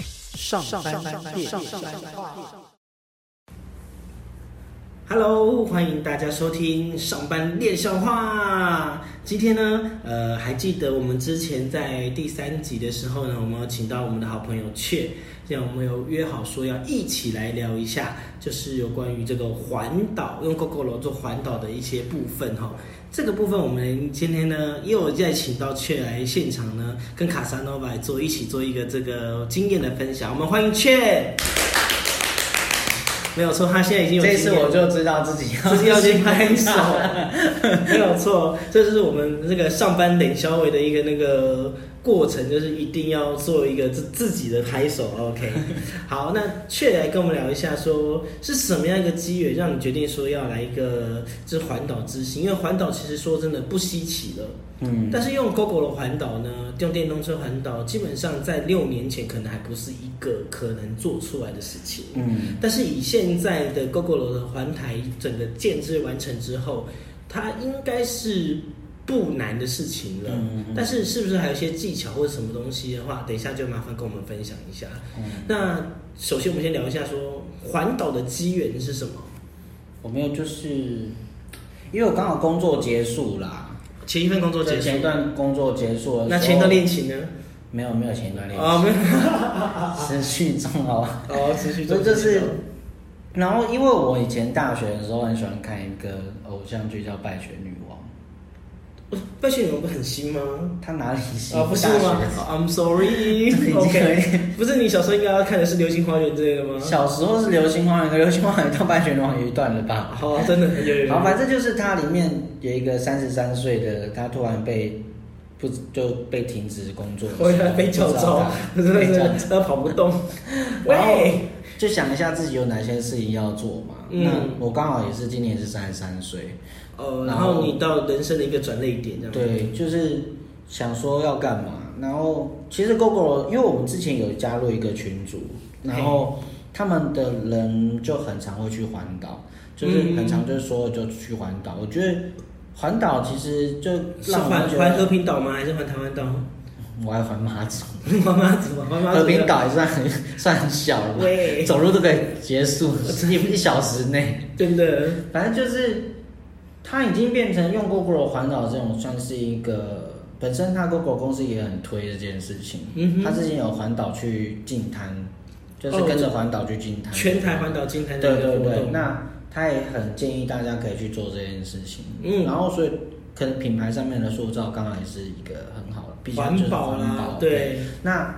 上上上上上上。 Hello，欢迎大家收听上班练笑话。今天呢，呃，还记得我们之前在第三集的时候呢，我们有请到我们的好朋友雀，这样我们有约好说要一起来聊一下，就是有关于这个环岛用 GoGo 楼做环岛的一些部分哈、这个部分我们今天呢，也有在请到雀来现场呢，跟卡萨诺瓦做一起做一个这个经验的分享。我们欢迎雀。没有错，他现在已经有这经次验了我就知道自己要自己要去拍手， 没有错，这就是我们这个上班领销委的一个那个过程，就是一定要做一个自自己的拍手。OK，好， 那雀来跟我们聊一下说是什么样一个机缘让你决定说要来一个就是环岛之行？因为环岛其实说真的不稀奇了，嗯，但是用 GoGo 的环岛呢，用电动车环岛，基本上在六年前可能还不是一个可能做出来的事情。嗯，但是以现在的 GoGo 楼的环台整个建制完成之后，它应该是不难的事情了。嗯嗯但是是不是还有一些技巧或者什么东西的话，等一下就麻烦跟我们分享一下。嗯那首先我们先聊一下说环岛的机缘是什么？我没有就是，因为我刚好工作结束啦，前一份工作结束，前一段工作结束了，那前一段恋情呢？没有没有前一段恋哦，没有，情，失去中哎 好吧。哦，持续所做以就是，然后因为我以前大学的时候很喜欢看一个偶像剧叫《败犬女王拜雪哦你们不很新吗？》，她哪里是？哦，不是大吗学？I'm sorry 已经。有 OK，不是你小时候应该要看的是《流星花园》之类的吗？小时候是《流星花园》，跟《流星花园》到《败犬女王》有一段了吧？好，哦真的有有有。好，反正就是它里面有一个三十三岁的，他突然被不就被停止工 作的时候，回来啊被叫 啊招， 不知真道的他被叫招是他跑不动。然后喂，就想一下自己有哪些事情要做嘛。嗯那我刚好也是今年是三十三岁，哦，然后你到人生的一个转捩点，这样。对，就是想说要干嘛。然后其实 GoGo，因为我们之前有加入一个群组，然后他们的人就很常会去环岛，就是嗯很常就是说就去环岛。我觉得环岛其实就是让我环觉环和得，平岛吗？还是环台湾岛？ 我还环马祖，环妈祖吗？环妈祖和平。岛也算很算很小了吧，喂，走路都可以结束，一一小时内。真的，反正就是它已经变成用 GoGo 环岛这种，算是一个本身它 GoGo 公司也很推这件事情。嗯哼它之前有环岛去进滩，就是哦跟着环岛去进滩、全台环岛金台对的一个对活对，动。那他也很建议大家可以去做这件事情。嗯然后所以可能品牌上面的塑造，刚好也是一个很好的，毕竟就是环保环啦保，对，那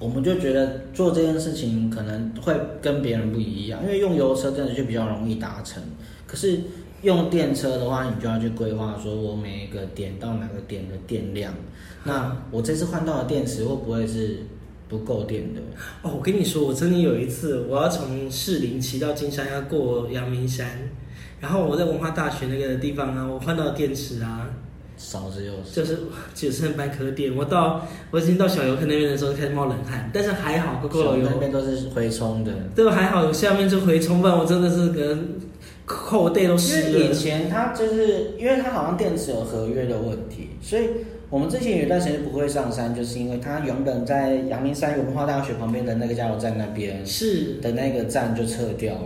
我们就觉得做这件事情可能会跟别人不一样，因为用油车真的就比较容易达成，可是用电车的话，你就要去规划，说我每一个点到哪个点的电量，那我这次换到的电池会不会是不够电的？哦，我跟你说，我真的有一次，我要从士林骑到金山，要过阳明山，然后我在文化大学那个地方啊，我换到电池啊，少之又少。就是只剩半颗电。我到我已经到小游客那边的时候开始冒冷汗，但是还好 g o g 我 o 们那有，边都是回充的，对，还好有下面就回冲浪，我真的是跟后背都湿因为以了。前它就是因为它好像电池有合约的问题，所以我们之前有一段时间不会上山，就是因为它原本在阳明山文化大学旁边的那个加油站那边是，的那个站就撤掉了，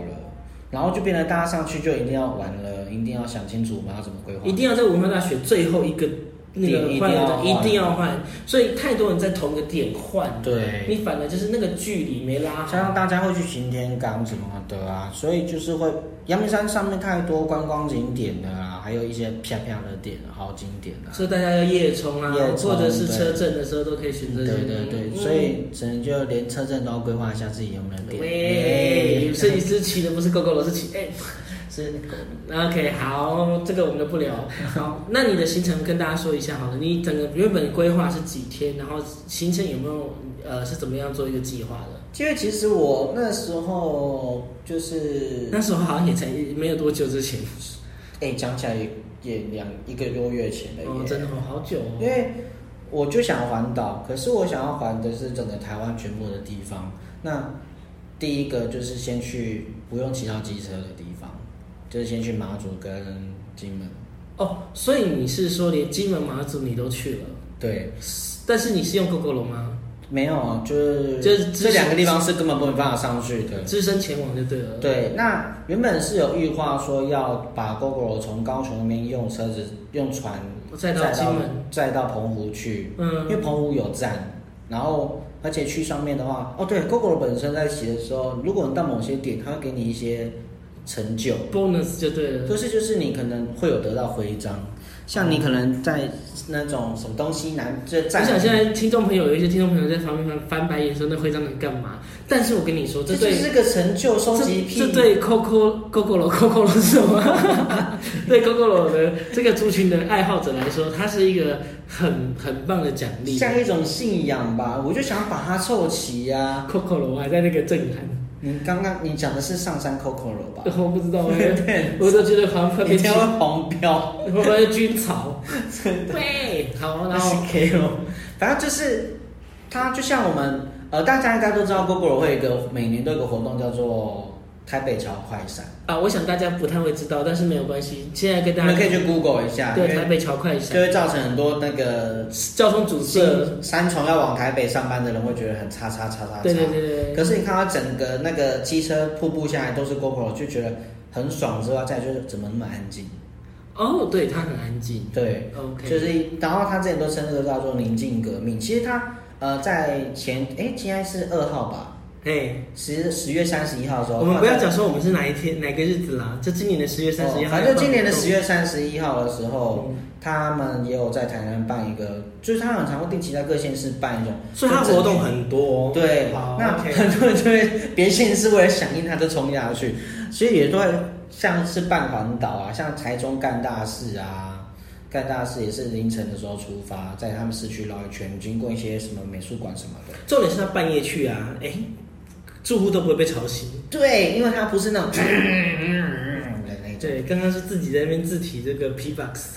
然后就变成大家上去就一定要玩了，一定要想清楚我们要怎么规划。一定要在文化大学最后一个那个点一定换要的换一定要换，所以太多人在同一个点换，对，你反而就是那个距离没拉加好。上大家会去擎天岗什么的啊，所以就是会阳明山上面太多观光景点的啦、还有一些漂亮的点，好景点啊。所以大家要夜冲啊，夜冲或者是车震的时候都可以选择对这个。对对，嗯所以只能就连车站都要规划一下自己有哎没有点。喂，设计师骑的不是 GoGo 楼，是骑 A 是 OK，好，这个我们就不聊。好，那你的行程跟大家说一下好了。你整个原本规划是几天，然后行程有没有呃是怎么样做一个计划的？因为其实我那时候就是那，时候好像也才没有多久之前，哎，讲起来也也两一个多月前了耶。哦，真的、哦、好久因哦。为我就想环岛，可是我想要环的是整个台湾全部的地方。那第一个就是先去不用骑到机车的地方，就是先去马祖跟金门。哦，所以你是说连金门、马祖你都去了，对，但是你是用 GoGo 龙吗？没有啊，就是就是这两个地方是根本没办法上去的。只身前往就对了。，对，那原本是有预划说要把 GoGo 从高雄那边用车子、用船哦再到金门，再到澎湖去，因为嗯，澎湖有站，然后而且去上面的话，哦对，GoGo 本身在骑的时候，如果你到某些点，它会给你一些成就， bonus 就对了。就是就是你可能会有得到徽章，像你可能在那种什么东西南这我站，想现在听众朋友有一些听众朋友在旁边翻翻白眼说那徽章能干嘛？但是我跟你说，这就对是个成就收集这癖，这对 Coco Coco 罗 Coco 罗是什么？ 对 Coco 罗的这个族群的爱好者来说，它是一个很很棒的奖励。像一种信仰吧，我就想把它凑齐呀、 Coco 罗还在那个震撼，你刚刚你讲的是上山 Coco 了吧？我不知道，我对， 我都觉得好像特一别定奇，会黄标，会不会军曹？对，好，那然是后 K O。反正就是它就像我们呃，大家应该都知道 Coco 会有一个每年都有一个活动叫做台北桥快闪，啊，我想大家不太会知道，但是没有关系，现在跟你大们可家以去 Google 一下，对因台为北桥快闪就会造成很多那个交通阻塞，三重要往台北上班的人会觉得很叉叉叉叉叉。对对对对对，可是你看到整个那个机车瀑布下来都是 GoPro，就觉得很爽之外，再就是怎么那么安静？哦，对，它很安静对， ，OK，就是然后他之前都称这个叫做宁静革命。其实他呃在前哎，今天是二号吧，哎。十十月三十一号的时候，我们不要他在讲说我们是哪一天哪个日子啦，就今年的十月三十一哦号。反正今年的十月，月三十一号的时候。嗯他们也有在台南办一个，就是他很常会定期在各县市办一种，所以它活动很多。哦对，好那 OK 很多人就会别县是为了响应他就冲下去，所以也都会像是办环岛啊，像台中干大事啊，干大事也是凌晨的时候出发，在他们市区绕一圈，经过一些什么美术馆什么的。重点是他半夜去啊，哎、住户都不会被吵醒。对，因为它不是那种的那种，对，刚刚是自己在那边自提这个 P box。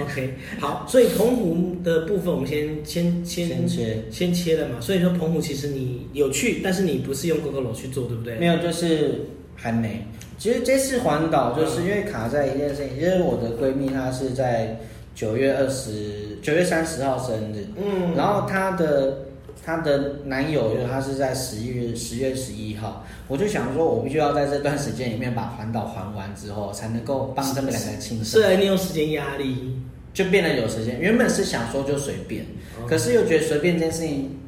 OK，好，所以澎湖的部分我们先先先先切先切了嘛。所以说澎湖其实你有去，但是你不是用 GoGo 楼去做，对不对？没有就是还没。其实这次环岛就是因为卡在一件事情，因为我的闺蜜她是在九月二十九月三十号生日，嗯，然后她的她的男友就她是在十一月十月十一号，我就想说，我必须要在这段时间里面把环岛环完之后，才能够帮他们两个人庆生虽，然你有时间压力，就变得有时间。原本是想说就随便，嗯可是又觉得随便这件事情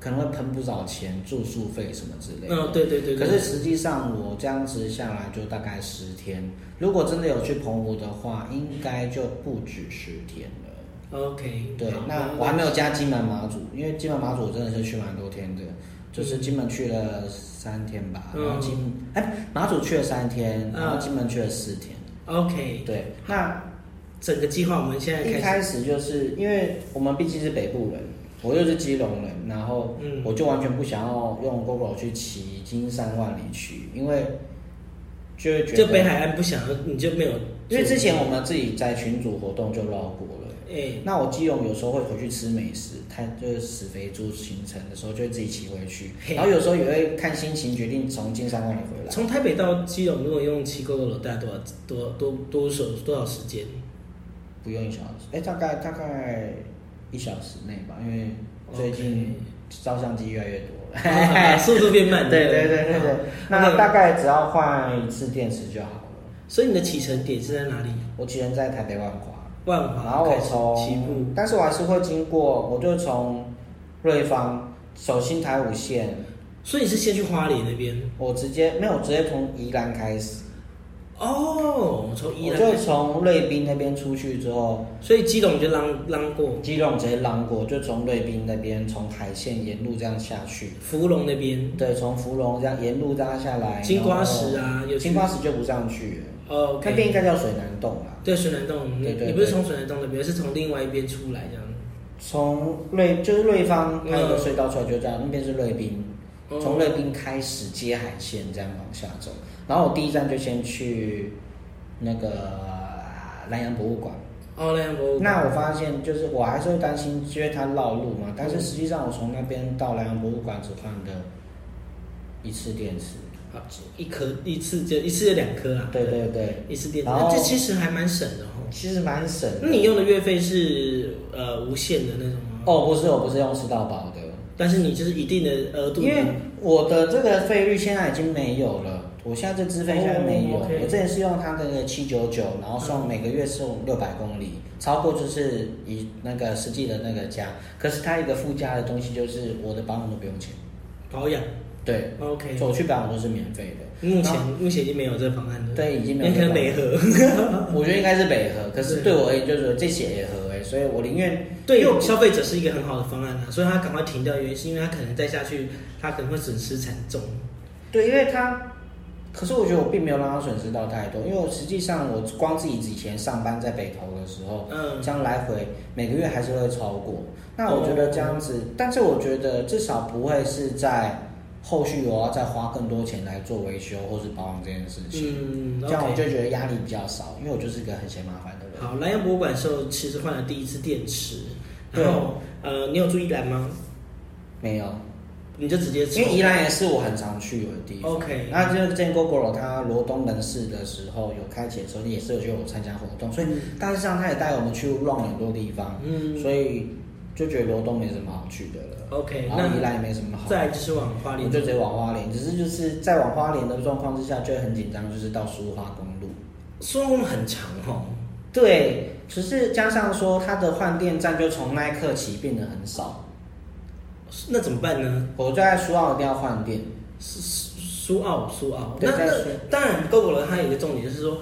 可能会喷不少钱，住宿费什么之类的。嗯，对对对可对是实际上我这样子下来就大概十天，如果真的有去澎湖的话，应该就不止十天了。 OK，对好，那我还嗯没有加金门马祖，因为金门马祖我真的是去蛮多天的，就是金门去了三天吧，嗯然后金哎马祖去了三天，然后嗯金门去了四天。 OK，对，那整个计划我们现在一开始。开始就是因为我们毕竟是北部人，我又是基隆人，然后嗯我就完全不想要用 GoGo 去骑金山万里区，因为就会觉得就北海岸不想要，你就没有做，因为之前我们自己在群组活动就绕过了。哎、那我基隆有时候会回去吃美食，看就是死肥猪行程的时候就会自己骑回去，嘿然后有时候也会看心情决定从金山万里回来。从台北到基隆，如果用骑 GoGo 楼，大概多少多多多少多少时间？不用一小时，哎、大概大概一小时内吧，因为最近照相机越来越多 了。啊速度变 慢。哦对对对对对好，那大概只要换一次电池就好了。所以你的启程点是在哪里？我骑人在台北万华，万然华后我啊开始起步从，但是我还是会经过，我就从瑞芳首新台五线，所以你是先去花莲那边我直接没有，我直接从宜兰开始，哦，从宜我兰就开始，从瑞滨那边出去之后，所以基隆你就浪浪过基隆直接浪过，就从瑞滨那边从海线沿路这样下去，芙蓉那边，对，从芙蓉这样沿路这样下来，金瓜石啊，然后，有去金瓜石就不上去了，哦，那边应该叫水南洞啦。对水南洞，你对对你不是对从水南洞那边，是从另外一边出来这样。从瑞就是瑞芳，它嗯有个隧道出来就这样，那边是瑞滨，哦从瑞滨开始接海线这样往下走。然后我第一站就先去那个呃南洋博物馆。哦，那样我那我发现就是我还是会担心，因为它绕路嘛。但嗯是实际上我从那边到南洋博物馆只换了一次电池。好一颗一次就一次就两颗啊。对对对，一次电池，然那后这其实还蛮省的哦。其实蛮省的。那你用的月费是呃无限的那种吗？哦哦，不是，我不是用吃到饱的，但是你就是一定的额度，因为我的这个费率现在已经没有了，我现在这资费现在没有。哦，OK 我之前是用它的那个七九九，然后送每个月送六百公里，超过就是以那个实际的那个价。可是它一个附加的东西就是我的保养都不用钱，保养对， ，OK，所以我去保养都是免费的。目然前后目前已经没有这个方案了，对已经没有那可这能没个合。我觉得应该是北河，可是对对我而言就是这些也合哎，所以我宁愿对因为我消费者是一个很好的方案啊，所以他赶快停掉，原因是因为他可能再下去，他可能会损失惨重。对，因为它，可是我觉得我并没有让它损失到太多，因为我实际上我光自己以前上班在北投的时候，嗯这样来回每个月还是会超过。那我觉得这样子，但是我觉得至少不会是在后续我要再花更多钱来做维修或是保养这件事情，嗯，这样我 OK 就觉得压力比较少，因为我就是一个很嫌麻烦的人。好，蓝洋博物馆的时候其实换了第一次电池，对哦然后呃，你有注意蓝吗？没有，你就直接抽因为宜兰也是我很常去的地方。 OK 那就见 GoGo 他罗东门市的时候有开启的时候，你也是有去我参加活动，所以嗯大致上他也带我们去 run 很多地方，嗯所以就觉得罗东没什么好去的了。 OK，然哎那后宜兰也没什么好。再来就是往花我莲们就直接往花莲，只是就是在往花莲的状况之下，就会很紧张，就是到苏花公路。说我们很长哦，对，只是加上说它的换电站就从那一刻起变得很少，那怎么办呢？我就在苏澳一定要换电。苏苏澳苏澳，对那在那苏当然 GoGo 了，它有一个重点就是说，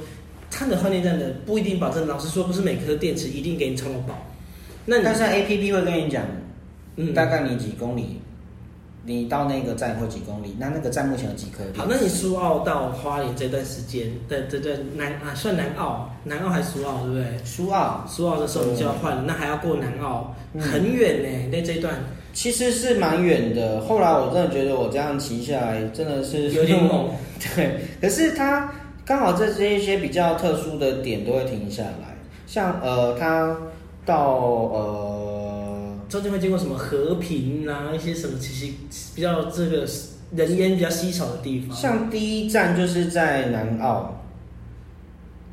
它的换电站的不一定保证，老实说不是每颗电池一定给你充得饱。那但你是 A P P 会跟你讲，嗯大概你几公里，你到那个站会几公里，那那个站目前有几颗粒？好，那你苏澳到花莲这段时间，对对对，南啊算南澳，南澳还是苏澳对不对？苏澳苏澳的时候你就要换，那还要过南澳，嗯很远呢。那这一段其实是蛮远的。后来我真的觉得我这样骑下来真的是有点。猛， 对，可是它刚好这些一些比较特殊的点都会停下来，像呃，它到呃，中间会经过什么和平啊，一些什么其实比较这个人烟比较稀少的地方，像第一站就是在南澳，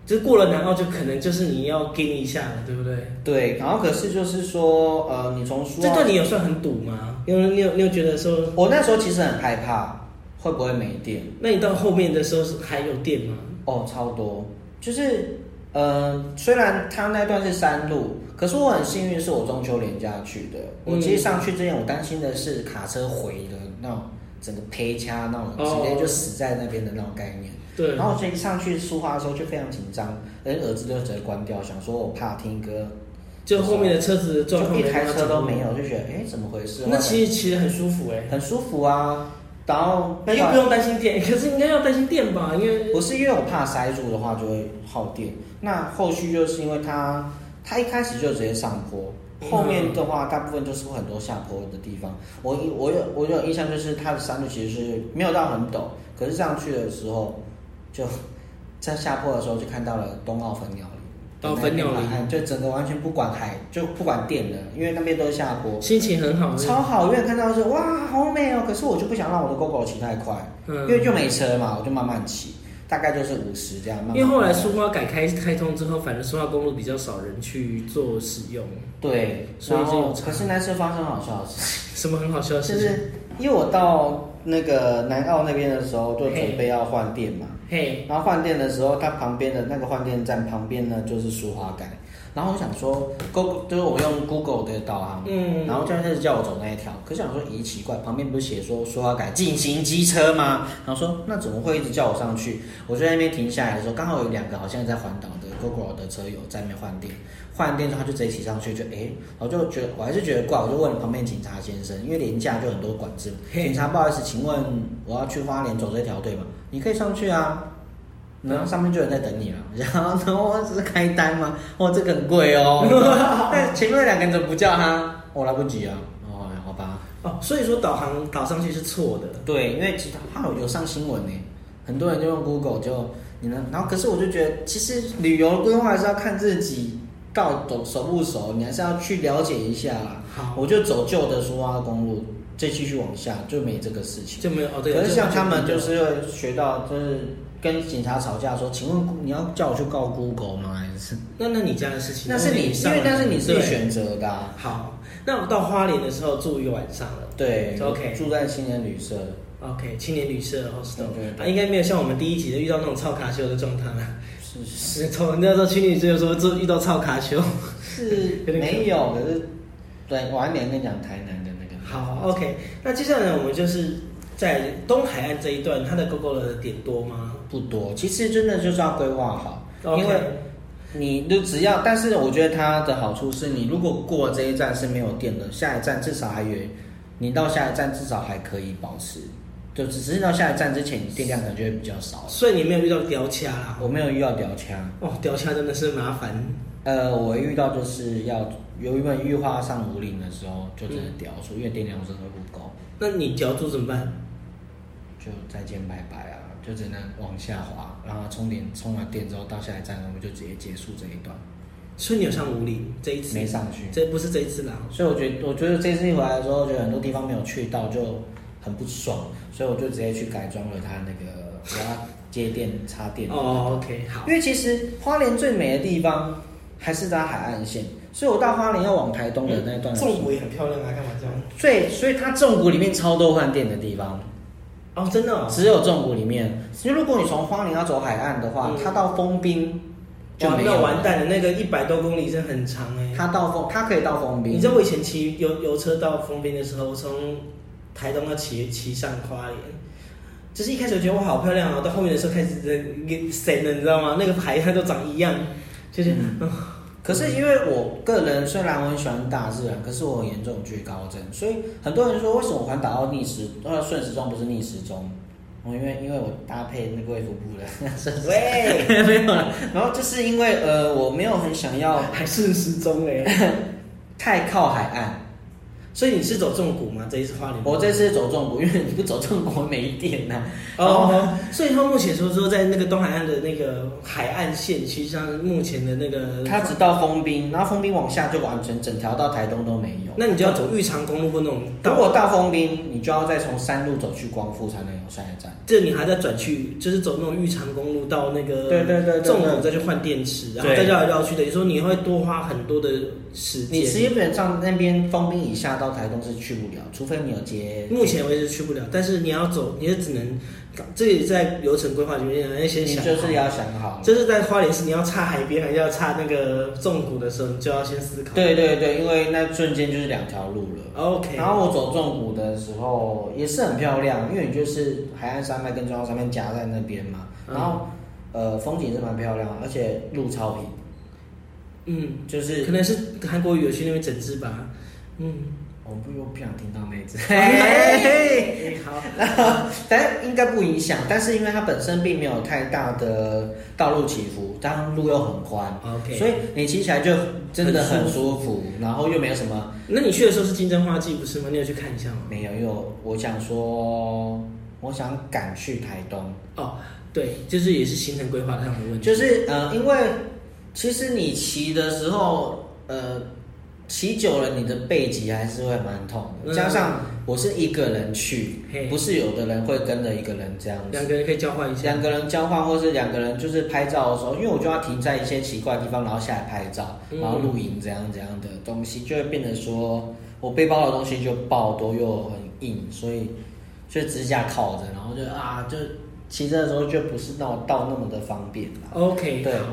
就过了南澳就可能就是你要跟一下了，对不对？对，然后可是就是说呃，你从苏这澳段你有算很堵吗？因为你有你有觉得说，我那时候其实很害怕会不会没电那你到后面的时候是还有电吗？哦，超多，就是呃，虽然它那段是山路，可是我很幸运是我中秋连假去的。我其实嗯上去之前，我担心的是卡车回的那种整个陪掐那种，哦直接就死在那边的那种概念。对，然后所以上去说话的时候就非常紧张，而且耳机都直接关掉，想说我怕听歌，就后面的车子的就状况一没台办法车都掌握没有，就觉得哎、诶怎么回事？那其实其实很舒服哎、很舒服啊，然后那又不用担心电，可是应该要担心电吧？因为不是因为我怕塞住的话就会耗电，那后续就是因为它它一开始就直接上坡，嗯后面的话大部分就是会很多下坡的地方。我我有我有印象就是它的山路其实是没有到很陡，可是上去的时候就在下坡的时候就看到了东澳粉鸟林，到粉鸟林哎就整个完全不管海就不管电了，因为那边都是下坡。心情很好，超好，因为看到是哇，好美哦！可是我就不想让我的狗狗骑太快，嗯因为就没车嘛，我就慢慢骑，大概就是五十这样慢慢。因为后来苏花改开开通之后，反正苏花公路比较少人去做使用。对，所以然就有后差可是那次发生好笑的事，什么很好笑的就事情？是因为我到那个南澳那边的时候，就准备要换电嘛，嘿，然后换电的时候，它旁边的那个换电站旁边呢就是苏花改，然后我想说 Google 就是我用 Google 的导航。嗯，然后教练开始叫我走那一条，可是想说，咦，奇怪，旁边不是写说说要改进行机车吗？然后说那怎么会一直叫我上去？我就在那边停下来的时候，刚好有两个好像在环岛的 GoGo 的车友在那边换电，换完电之后他就直接骑上去，就哎，我就觉得我还是觉得怪，我就问了旁边警察先生，因为廉价就很多管制，嘿警察不好意思，请问我要去花莲走这条对吗？你可以上去啊。然后上面就有人在等你了， 然后然后我只是开单吗？哦，这个很贵哦。但前面两个人怎么不叫他？我来不及啊。哦，好吧。哦，所以说导航导上去是错的。对，因为其实他有上新闻呢，很多人就用 Google 就你们，然后可是我就觉得，其实旅游规划还是要看自己到底走熟不熟，你还是要去了解一下啦。好我就走旧的苏花公路，再继续往下就没这个事情。就没有哦，对。可是像他们这就个是会学到，就是跟警察吵架说：“请问你要叫我去告 Google 吗？”还是那那你家的事情，那是你，因上来为那是你自己对选择的、啊。好，那我到花莲的时候住一个晚上了。对 OK 住在青年旅社， OK，青年旅社 hostel，对对对啊，应该没有像我们第一集就遇到那种超卡修的状态了。是是， 从那时候青年旅社的时候就遇到超卡修。是有点可没有，可是对，晚一点跟你讲台南的那个。 好，OK，那接下来呢，我们就是在东海岸这一段，它的 GoGo 的点多吗不多，其实真的就是要规划好？OK，因为你就只要，但是我觉得它的好处是你如果过这一站是没有电的，下一站至少还有，你到下一站至少还可以保持，就只是到下一站之前你电量可能就会比较少。所以你没有遇到雕掐啦。我没有遇到吊枪，哦，雕掐真的是麻烦。呃，我遇到就是要有一本玉花上五岭的时候就真嗯的吊住，因为电量真的不够，那你脚住怎么办？就再见拜拜啊，就只能往下滑，然后充电充完电之后到下一站，我们就直接结束这一段，所以你有上五岭这一次没上去。这不是这一次啦。所以我觉得，我觉得这次一回来的时候，觉得很多地方没有去到，就很不爽，所以我就直接去改装了它那个我要接电插电。哦，OK，好因。为其实花莲最美的地方还是在海岸线，所以我到花莲要往台东的那段，纵谷也很漂亮啊，干嘛这样？最所以它纵谷里面超多换电的地方，哦，真的、哦，只有纵谷里面。其实如果你从花莲要走海岸的话，嗯它到丰滨就哇，没有那了完，蛋了，那个一百多公里是很长哎、它到丰它可以到丰滨。你知道我以前骑油油车到丰滨的时候，我从台东要骑骑上花莲，就是一开始我觉得哇好漂亮哦，到后面的时候开始人神了，你知道吗？那个海它都长一样，就是、嗯可是因为我个人虽然我很喜欢大自然，可是我有严重惧高症，所以很多人说为什么我环岛要逆时呃顺时钟不是逆时钟？我因为因为我搭配那个卫福部的 顺时喂没有了，然后就是因为呃我没有很想要 还顺时钟哎。太靠海岸，所以你是走纵谷吗？这一次花莲？我这次走中国，因为你不走中国没电啊呐、哦，所以他目前说说在那个东海岸的那个海岸线，其实上目前的那个它只到丰滨，然后丰滨往下就完全整条到台东都没有。那你就要走玉长公路或那种如道，果到丰滨，你就要再从山路走去光复才能有下一站。这你还在转去，就是走那种玉长公路到那个对对对对对纵谷再去换电池，然后对再绕来绕去，等于说你会多花很多的时你间。基本上那边封冰以下到台东是去不了，除非你有接。目前为止去不了，但是你要走，你也只能，这也在流程规划里面，你要先你想就是好。要想好。就是在花莲市，你要插海边还是要插那个纵谷的时候，你就要先思考。对对对，因为那瞬间就是两条路了。 ，OK。然后我走纵谷的时候也是很漂亮，因为你就是海岸山脉跟中央山脉夹在那边嘛，嗯然后、呃风景是蛮漂亮，而且路超平，嗯，就是可能是韩国语有去那边整治吧。嗯，我不又不想听到妹 子，哎，好，但应该不影响，但是因为它本身并没有太大的道路起伏，但路又很宽 OK 所以你骑起来就真的很舒服，然后又没有什么那你去的时候是金针花季不是吗？你有去看一下吗？没有，因为我想说，我想赶去台东，哦，对，就是也是行程规划上的问题。就是呃，因为其实你骑的时候，呃，骑久了你的背脊还是会蛮痛的，嗯加上我是一个人去嘿，不是有的人会跟着一个人这样子两。个人可以交换一下两。个人交换，或是两个人就是拍照的时候，因为我就要停在一些奇怪的地方，然后下来拍照，嗯然后录影怎样怎样的东西，就会变得说我背包的东西就爆多又很硬，所以就指甲烤着，然后就啊就骑车的时候就不是到到那么的方便啦。 OK，对好。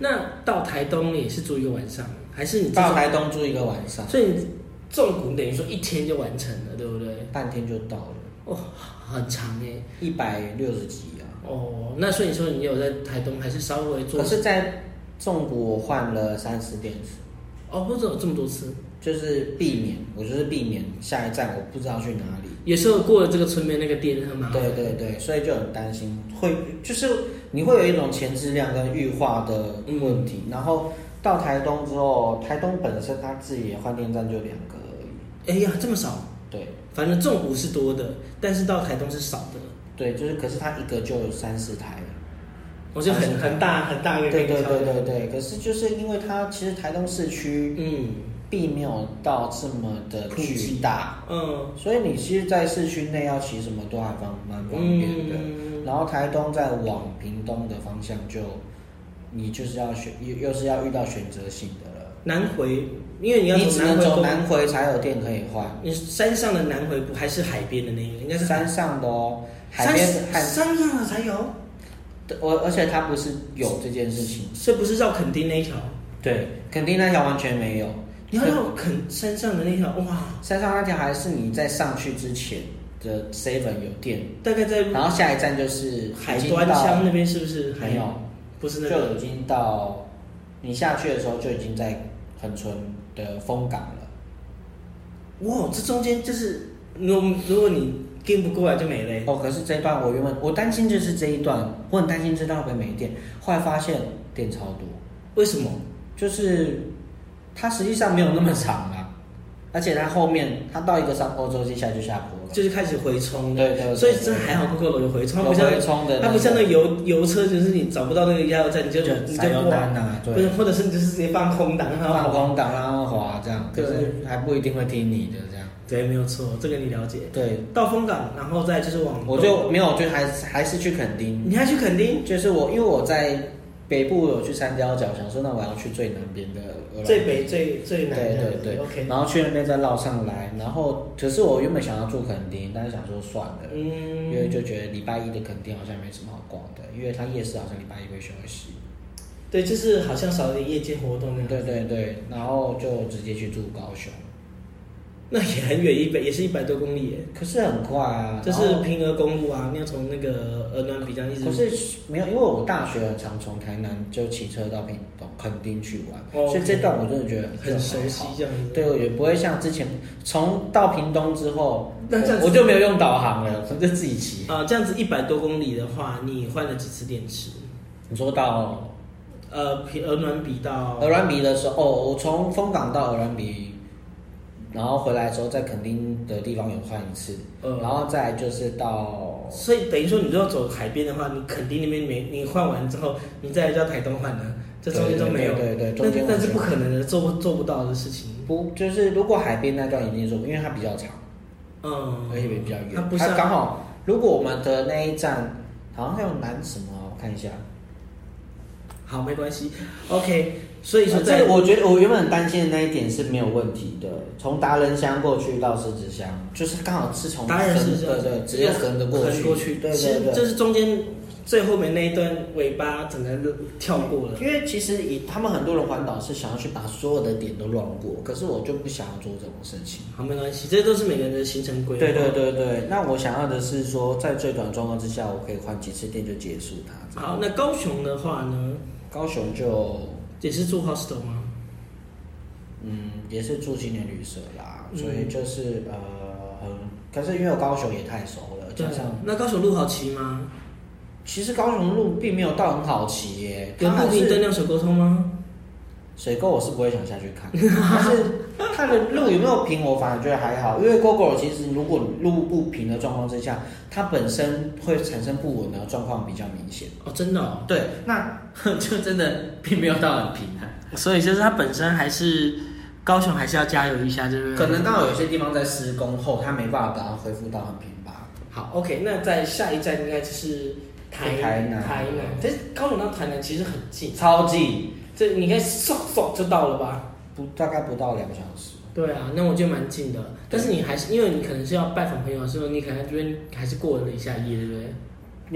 那到台东也是住一个晚上，还是你这到台东住一个晚上，所以你纵谷等于说一天就完成了，对不对？半天就到了，哦，很长哎。一百六十几啊。哦，那所以你说你有在台东还是稍微做可？是，在纵谷我换了三十电池。哦，或者有这么多次，就是避免，我就是避免下一站我不知道去哪里，也是有过了这个村边那个店很麻烦。对对对，所以就很担心，会就是你会有一种前质量跟预化的嗯问题。然后到台东之后，台东本身它自己的换电站就两个而已，哎呀，这么少，对反正纵谷是多的，但是到台东是少的。啊对，就是可是它一个就有三四台了，我就很很大很大一个对对给你敲对对对，可是就是因为它其实台东市区嗯并没有到这么的普巨及大，嗯所以你其实，在市区内要骑什么都还方蛮方便的。嗯，然后台东再往屏东的方向就，你就是要选又又是要遇到选择性的了，南回，因为你要你只能走走南南回回才有店可以换，公，你是山上的南回不还是海边的那个？应该是山上的哦，海边的海山上的才有，我而且它不是有这件事情，这不是绕垦丁那一条？对，垦丁那条完全没有，你要绕垦山上的那条，哇，山上那条还是你在上去之前的 seven 有店，大概在然后下一站就是嗯海已经端到乡那边是不是？没有，，不是那就已个。经到你下去的时候就已经在恒春的风港了。哇，这中间就是，如果如果你跟不过来就没了欸。哦，可是这一段我原本我担心就是这一段，我很担心这段会不会没电，后来发现电超多，为什么？就是它实际上没有那么长啊，而且它后面它到一个山坡之后，接下来就下坡了，就是开始回冲的。对对对所以真的还好，Coco 楼有回冲，它有不像回冲的，它不像那油油车，就是你找不到那个加油站，你就就你柴就油挂单，啊，不是，对，或者是你就是直接放空档，然后放空档然后滑这样，可对是还不一定会听你的这样，对，没有错，这个你了解。对，到风港，然后再就是往东我就没有，就还是还是去垦丁，你还去垦丁就是我因为我在北部有去山雕角，想说那我要去最南边的鹅銮最鼻北最最南对这样子对对 OK，然后去那边再绕上来，然后可是我原本想要住垦丁，但是想说算了，因为嗯，就觉得礼拜一的垦丁好像没什么好逛的，因为它夜市好像礼拜一会休息。对，就是好像少了点夜间活动那样。对对对，然后就直接去住高雄，那也很远，一百也是一百多公里耶，可是很快啊，就然是后平峨公路啊，你要从那个鹅銮鼻这样一直。可是没有，因为我大学很常从台南就骑车到屏东垦丁去玩，哦所以这段我真的觉得很熟悉就还好这样子。对，我也不会像之前从到屏东之后，那这样我子我就没有用导航了，我就自己骑。啊、这样子一百多公里的话，你换了几次电池？你说到呃，平鹅銮鼻到鹅銮鼻的时候，哦，我从丰港到鹅銮鼻，然后回来的时候在垦丁的地方有换一次，呃，然后再来就是到，所以等于说，你如果走海边的话，你肯定那边没你换完之后，你再来到台东换呢、这中间都没有，对对对对中间那那完是全不可能的，做不做不到的事情。不就是如果海边那段一定做，因为它比较长，嗯，而且也比较远，它不像刚好，如果我们的那一站好像有南什么，啊我看一下，好，没关系，OK。所以说啊在，这个我觉得我原本很担心的那一点是没有问题的，从达人乡过去到狮子乡，就是刚好是从当然横是这样对对，直接横着过横去，过去，对其实对对，就是中间最后面那一段尾巴，整个都跳过了。因为其实以他们很多人环岛是想要去把所有的点都乱过，可是我就不想要做这种事情。好，没关系，这都是每个人的行程规划。对对对对，那我想要的是说，在最短的状况之下，我可以换几次店就结束它。好，那高雄的话呢，高雄就也是住 hostel 吗？嗯也是住青年旅社啦，嗯所以就是呃很，可是因为我高雄也太熟了，呃加上那高雄路好骑吗？其实高雄路并没有到很好骑耶，有它路还平灯是亮水沟通吗？水沟我是不会想下去看， 但是它的路有没有平，我反而觉得还好，因为 GoGo 其实如果路不平的状况之下，它本身会产生不稳的状况比较明显。哦，真的哦。对，那 就真的并没有到很平啊，所以就是它本身还是高雄还是要加油一下，就是可能刚好有些地方在施工后，它没办法把它恢复到很平吧。好 OK。那在下一站应该就是台台南台南，但是高雄到台南其实很近，超级这你应该嗖嗖就到了吧？不大概不到两个小时，对啊，那我觉得蛮近的。但是你还是因为你可能是要拜访朋友的时候，你可能这边还是过了一下夜，对不对？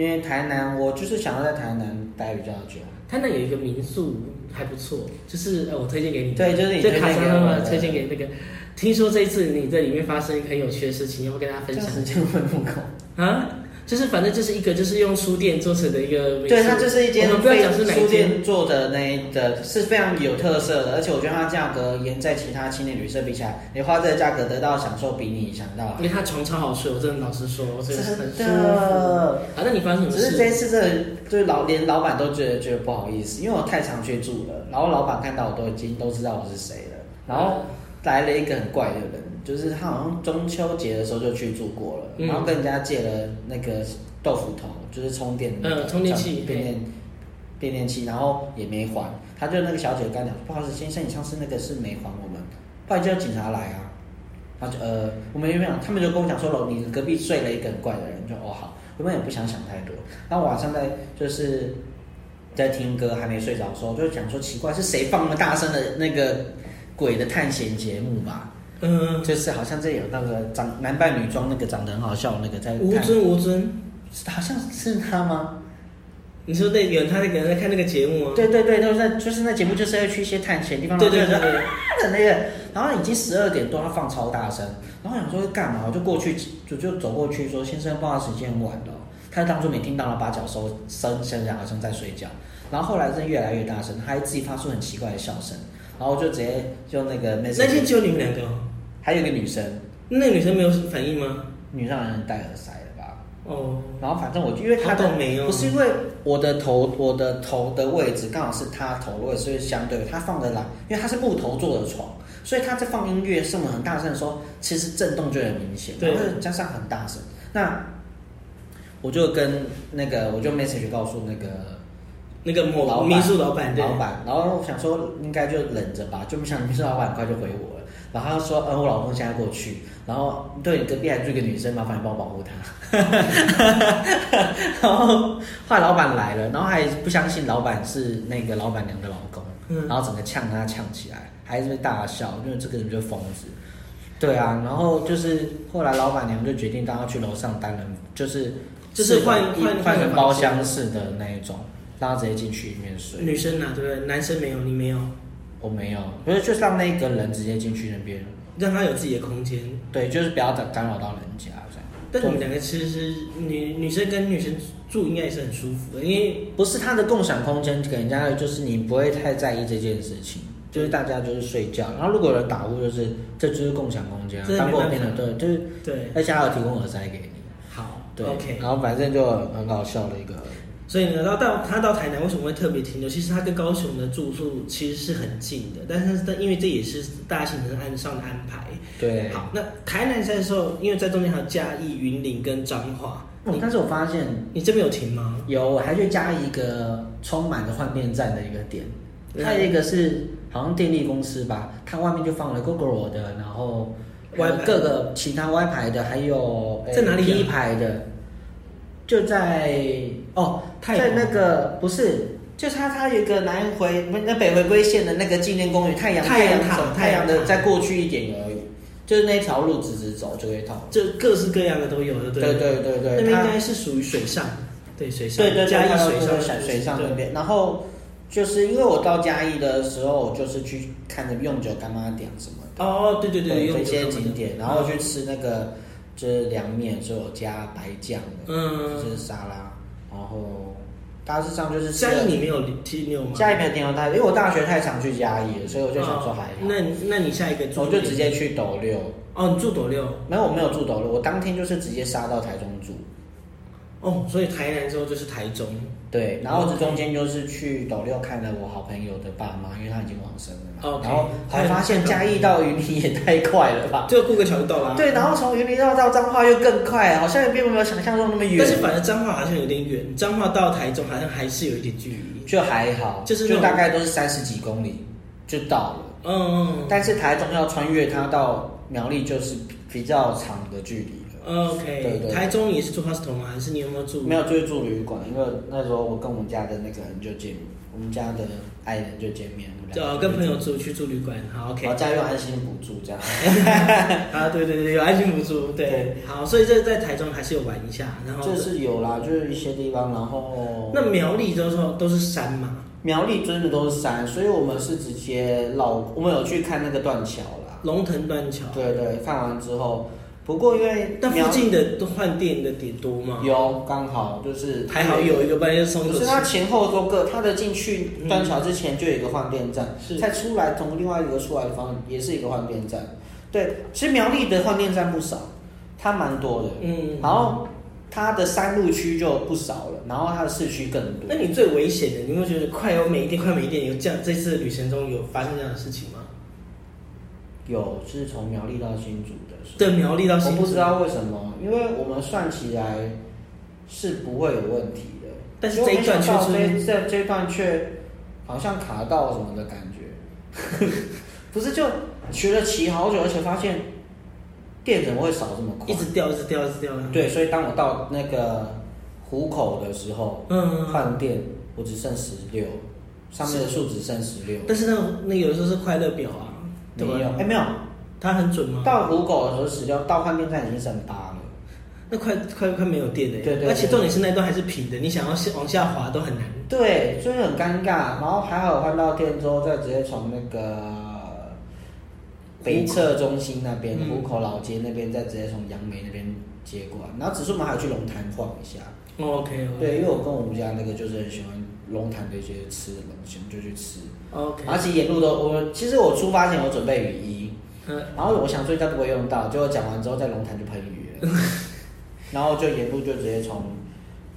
因为台南我就是想要在台南待比较久。台南有一个民宿还不错，就是呃，我推荐给你。对，就是你这卡推荐莎给妈我妈的推荐给那个，听说这一次你在里面发生一个很有趣的事情，要不要跟大家分享时间会不够。啊？就是反正就是一个就是用书店做成的一个民宿，对，它就是一间我们不要非讲是哪一书间，店做的那一的，是非常有特色的，而且我觉得它价格沿在其他青年旅社比起来，你花这个价格得到享受比你想到因为它床超好睡，我真的老实说，我真的是很真舒服。的。嗯啊，那你发生什么只是这一事？次真的，就是老连老板都觉得觉得不好意思，因为我太常去住了，然后老板看到我都已经都知道我是谁了，然后来了一个很怪的人，就是他好像中秋节的时候就去住过了，嗯然后跟人家借了那个豆腐头，就是充电的那个嗯充电器变电变电器，然后也没还，他就那个小姐跟他讲，不好意思，先生，你上次那个是没还我们，不然就叫警察来啊。他就呃，我们也没有，他们就跟我讲说了，你隔壁睡了一个很怪的人，就哦好，我们也不想想太多。然后晚上在就是在听歌还没睡着的时候，就讲说奇怪是谁放那么大声的那个鬼的探险节目吧？嗯，就是好像这有那个长男扮女装那个长得很好笑的那个在吴探尊吴尊，好像是他吗？你说那有他那个人在看那个节目吗？对对对，就是那就是那节目就是要去一些探险的地方，对对然后就对啊的那个，然后已经十二点多，他放超大声，然后想说干嘛，我就过去就就走过去说先生，不好意思，时间很晚了，他当初没听到了，把脚收伸伸展，好像在睡觉，然后后来是越来越大声，他还自己发出很奇怪的笑声，然后我就直接用那个那 message，天只有你们两个哦，还有一个女生，那女生没有反应吗？女生好像戴耳塞了吧，哦，然后反正我就因为他好的倒霉哦不是因为我的头，我的头的位置刚好是他头的位置，所以相对他放的来，因为他是木头做的床，所以他在放音乐是我们很大声的时候，其实震动就很明显，对然后加上很大声，那我就跟那个我就 message 告诉那个那个老板某民宿老板对老，板，然后我想说应该就忍着吧，就不想民宿老板很快就回我了。然后他说， 嗯，我老公现在过去，然后对你隔壁还住一个女生，麻烦你帮我保护她。 然后后来老板来了，然后还不相信老板是那个老板娘的老公，嗯然后整个呛他呛起来，还是大笑，因为这个人就是疯子。对啊，然后就是后来老板娘就决定大家去楼上单人，就是就是换一换换换成房包间厢式的那一种，大家直接进去里面睡。女生啊，对不对？男生没有，你没有，我没有，不是就是让那个人直接进去那边，让他有自己的空间。对，就是不要干干扰到人家这样。但你们两个其实是女女生跟女生住应该也是很舒服的，因为不是他的共享空间给人家的，就是你不会太在意这件事情，就是大家就是睡觉，然后如果有人打呼，就是这就是共享空间、啊这，没当过办法兵的对，就是对，而且还有提供耳塞给你，好对，OK。然后反正就很搞笑的一个，所以呢，到到他到台南为什么会特别停留？其实他跟高雄的住宿其实是很近的，但是但因为这也是大家行程按上的安排。对。好，那台南在的时候，因为在中间还有嘉义、云林跟彰化，哦你但是我发现你这边有停吗？有，我还去加一个充满了换电站的一个点，嗯它有一个是好像电力公司吧，它外面就放了 Google 的，然后 Y 呃牌各个其他 Y 牌的，还有呃在哪里啊 P 牌的，就在哦，太在阳那个不是。就是它，它有一个南回不是那北回归线的那个纪念公园，太阳太阳塔走太太阳阳的塔再过去一点而已，就是那条路直直走就会到。就各式各样的都有，对不对对？对对对，那边应它该是属于水上，对水上，对对，对嘉看义到水就是上水水上那对，边。然后就是因为我到嘉义的时候，我就是去看着用酒干妈点什么的，哦，对对对，有这些有景点，然后去吃那个就是凉面，就有加白酱的，就嗯，是沙拉，然后大致上就是吃嘉义了。你没有停留吗？嘉义没有停留太，因为我大学太常去嘉义了，所以我就想说还哦好，那你那你下一个住我就直接去斗六。哦，你住斗六没有，我没有住斗六，我当天就是直接杀到台中住。哦，所以台南之后就是台中，对，然后这中间就是去斗六看了我好朋友的爸妈，因为他已经往生了嘛。哦 OK 然后还发现嘉义到云林也太快了吧？就过个桥就到啦。啊啊对，然后从云林绕到彰化又更快，好像也并没有想象中那么但是远，反正彰化好像有点远，彰化到台中好像还是有一点距离。就还好，就是那就种大概都是三十几公里就到了。嗯但是台中要穿越它到苗栗就是比较长的距离了。嗯对，OK，对台中也是住 hostel 吗？还是你有没有住？没有，就是住旅馆，因为那时候我跟我们家的那个人就见，我们家的爱人就见面，我们就俩哦跟朋友住去住旅馆，好，OK，然后家用安心补助这样。啊，对对对，有爱心补助，对对，好，所以这在台中还是有玩一下，然后就是有啦，就是一些地方，然后那苗栗都是都是山嘛，苗栗真的都是山，所以我们是直接绕，我们有去看那个断桥啦。龙腾断桥，对对，看完之后，不过因为那苗附近的都换电的点多吗？有刚好就是还好，有一个半夜松可走是它前后都各，它的进去断桥之前就有一个换电站，是再出来从另外一个出来的方也是一个换电站。对，其实苗栗的换电站不少，它蛮多的，嗯，然后它的山路区就不少了，然后它的市区更多。那你最危险的，你会觉得快要没电，快没电，有这样这次旅程中有发生这样的事情吗？有，是从苗栗到新竹的。对，苗栗到我新竹，不知道为什么，因为我们算起来是不会有问题的。但是这一段却结果没是想到这这这一段却好像卡到什么的感觉， 不是就学了骑好久，而且发现电怎么会少这么快？一直掉，一直掉，一直掉。，啊对，所以当我到那个虎口的时候，嗯，换电我只剩十六，上面的数只剩十六，但是那种那个有时候是快乐表啊，对没有，吧？哎没有，它很准吗？到虎口的时候十六，到换电站已经剩八了。那快快快没有电了耶，对对对而且重点是那一段还是平的，你想要下往下滑都很难。对，所以很尴尬。然后还好换到店之后，再直接从那个北侧中心那边嗯虎口老街那边，再直接从杨梅那边接过来。然后只是我们还有去龙潭晃一下，哦 OK OK，对，因为我跟我们家那个就是很喜欢龙潭的一些吃的东西，我们就去吃。 ，OK，而且沿路都，我其实我出发前我准备雨衣，嗯，然后我想说应该不会用到，结果讲完之后在龙潭就喷雨了， 然后就沿路就直接从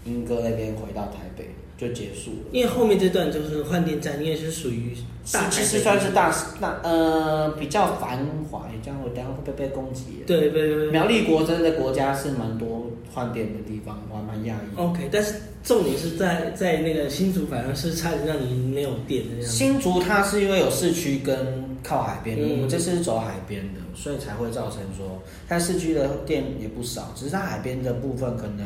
莺歌那边回到台北就结束了。因为后面这段就是换电站，应该是属于是大其台实北算是大大呃比较繁华，这样我等一下会不会被攻击？，对对对对苗栗国真的国家是蛮多换电的地方，我还蛮讶异。 ，OK，但是重点是在在那个新竹，反而是差点让你没有电的这样子。新竹它是因为有市区跟靠海边，嗯我们这次是走海边的，所以才会造成说，它市区的电也不少，只是它海边的部分可能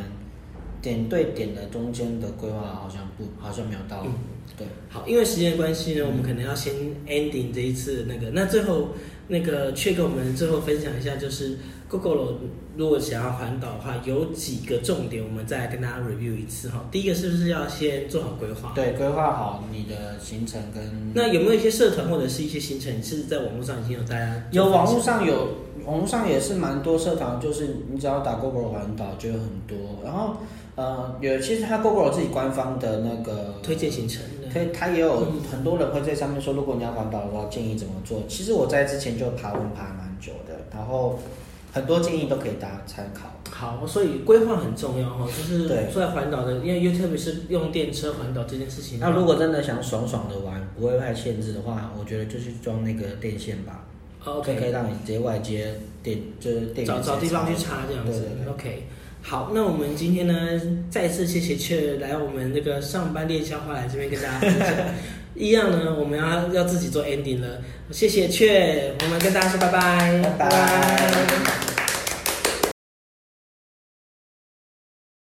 点对点的中间的规划好像不好像没有到，嗯对，好，因为时间的关嗯系呢，我们可能要先 ending 这一次的那个。那最后那个却跟我们最后分享一下，就是 GoGo 如果想要环岛的话，有几个重点，我们再来跟大家 review 一次哈。第一个是不是要先做好规划？。对，规划好你的行程跟那有没有一些社团或者是一些行程是在网络上已经有大家有做分享网络上有网络上也是蛮多社团，就是你只要打 GoGo 环岛就有很多。然后呃，有其实它 GoGo 自己官方的那个推荐行程的？推，它也有嗯很多人会在上面说，如果你要环岛的话，建议怎么做。其实我在之前就爬文爬蛮久的，然后很多建议都可以大家参考。好，所以规划很重要哈，就是对在环岛的，因为因为特别是用电车环岛这件事情，那如果真的想爽爽的玩，不会太限制的话，我觉得就去装那个电线吧，就可以 OK 让你直接外接电，就是电源找找直地接方去插插这样对子对对 OK。好，那我们今天呢，再次谢谢雀来我们这个上班练消化来这边跟大家分享。 一样呢，我们要要自己做 ending 了，谢谢雀，我们跟大家说拜拜拜拜。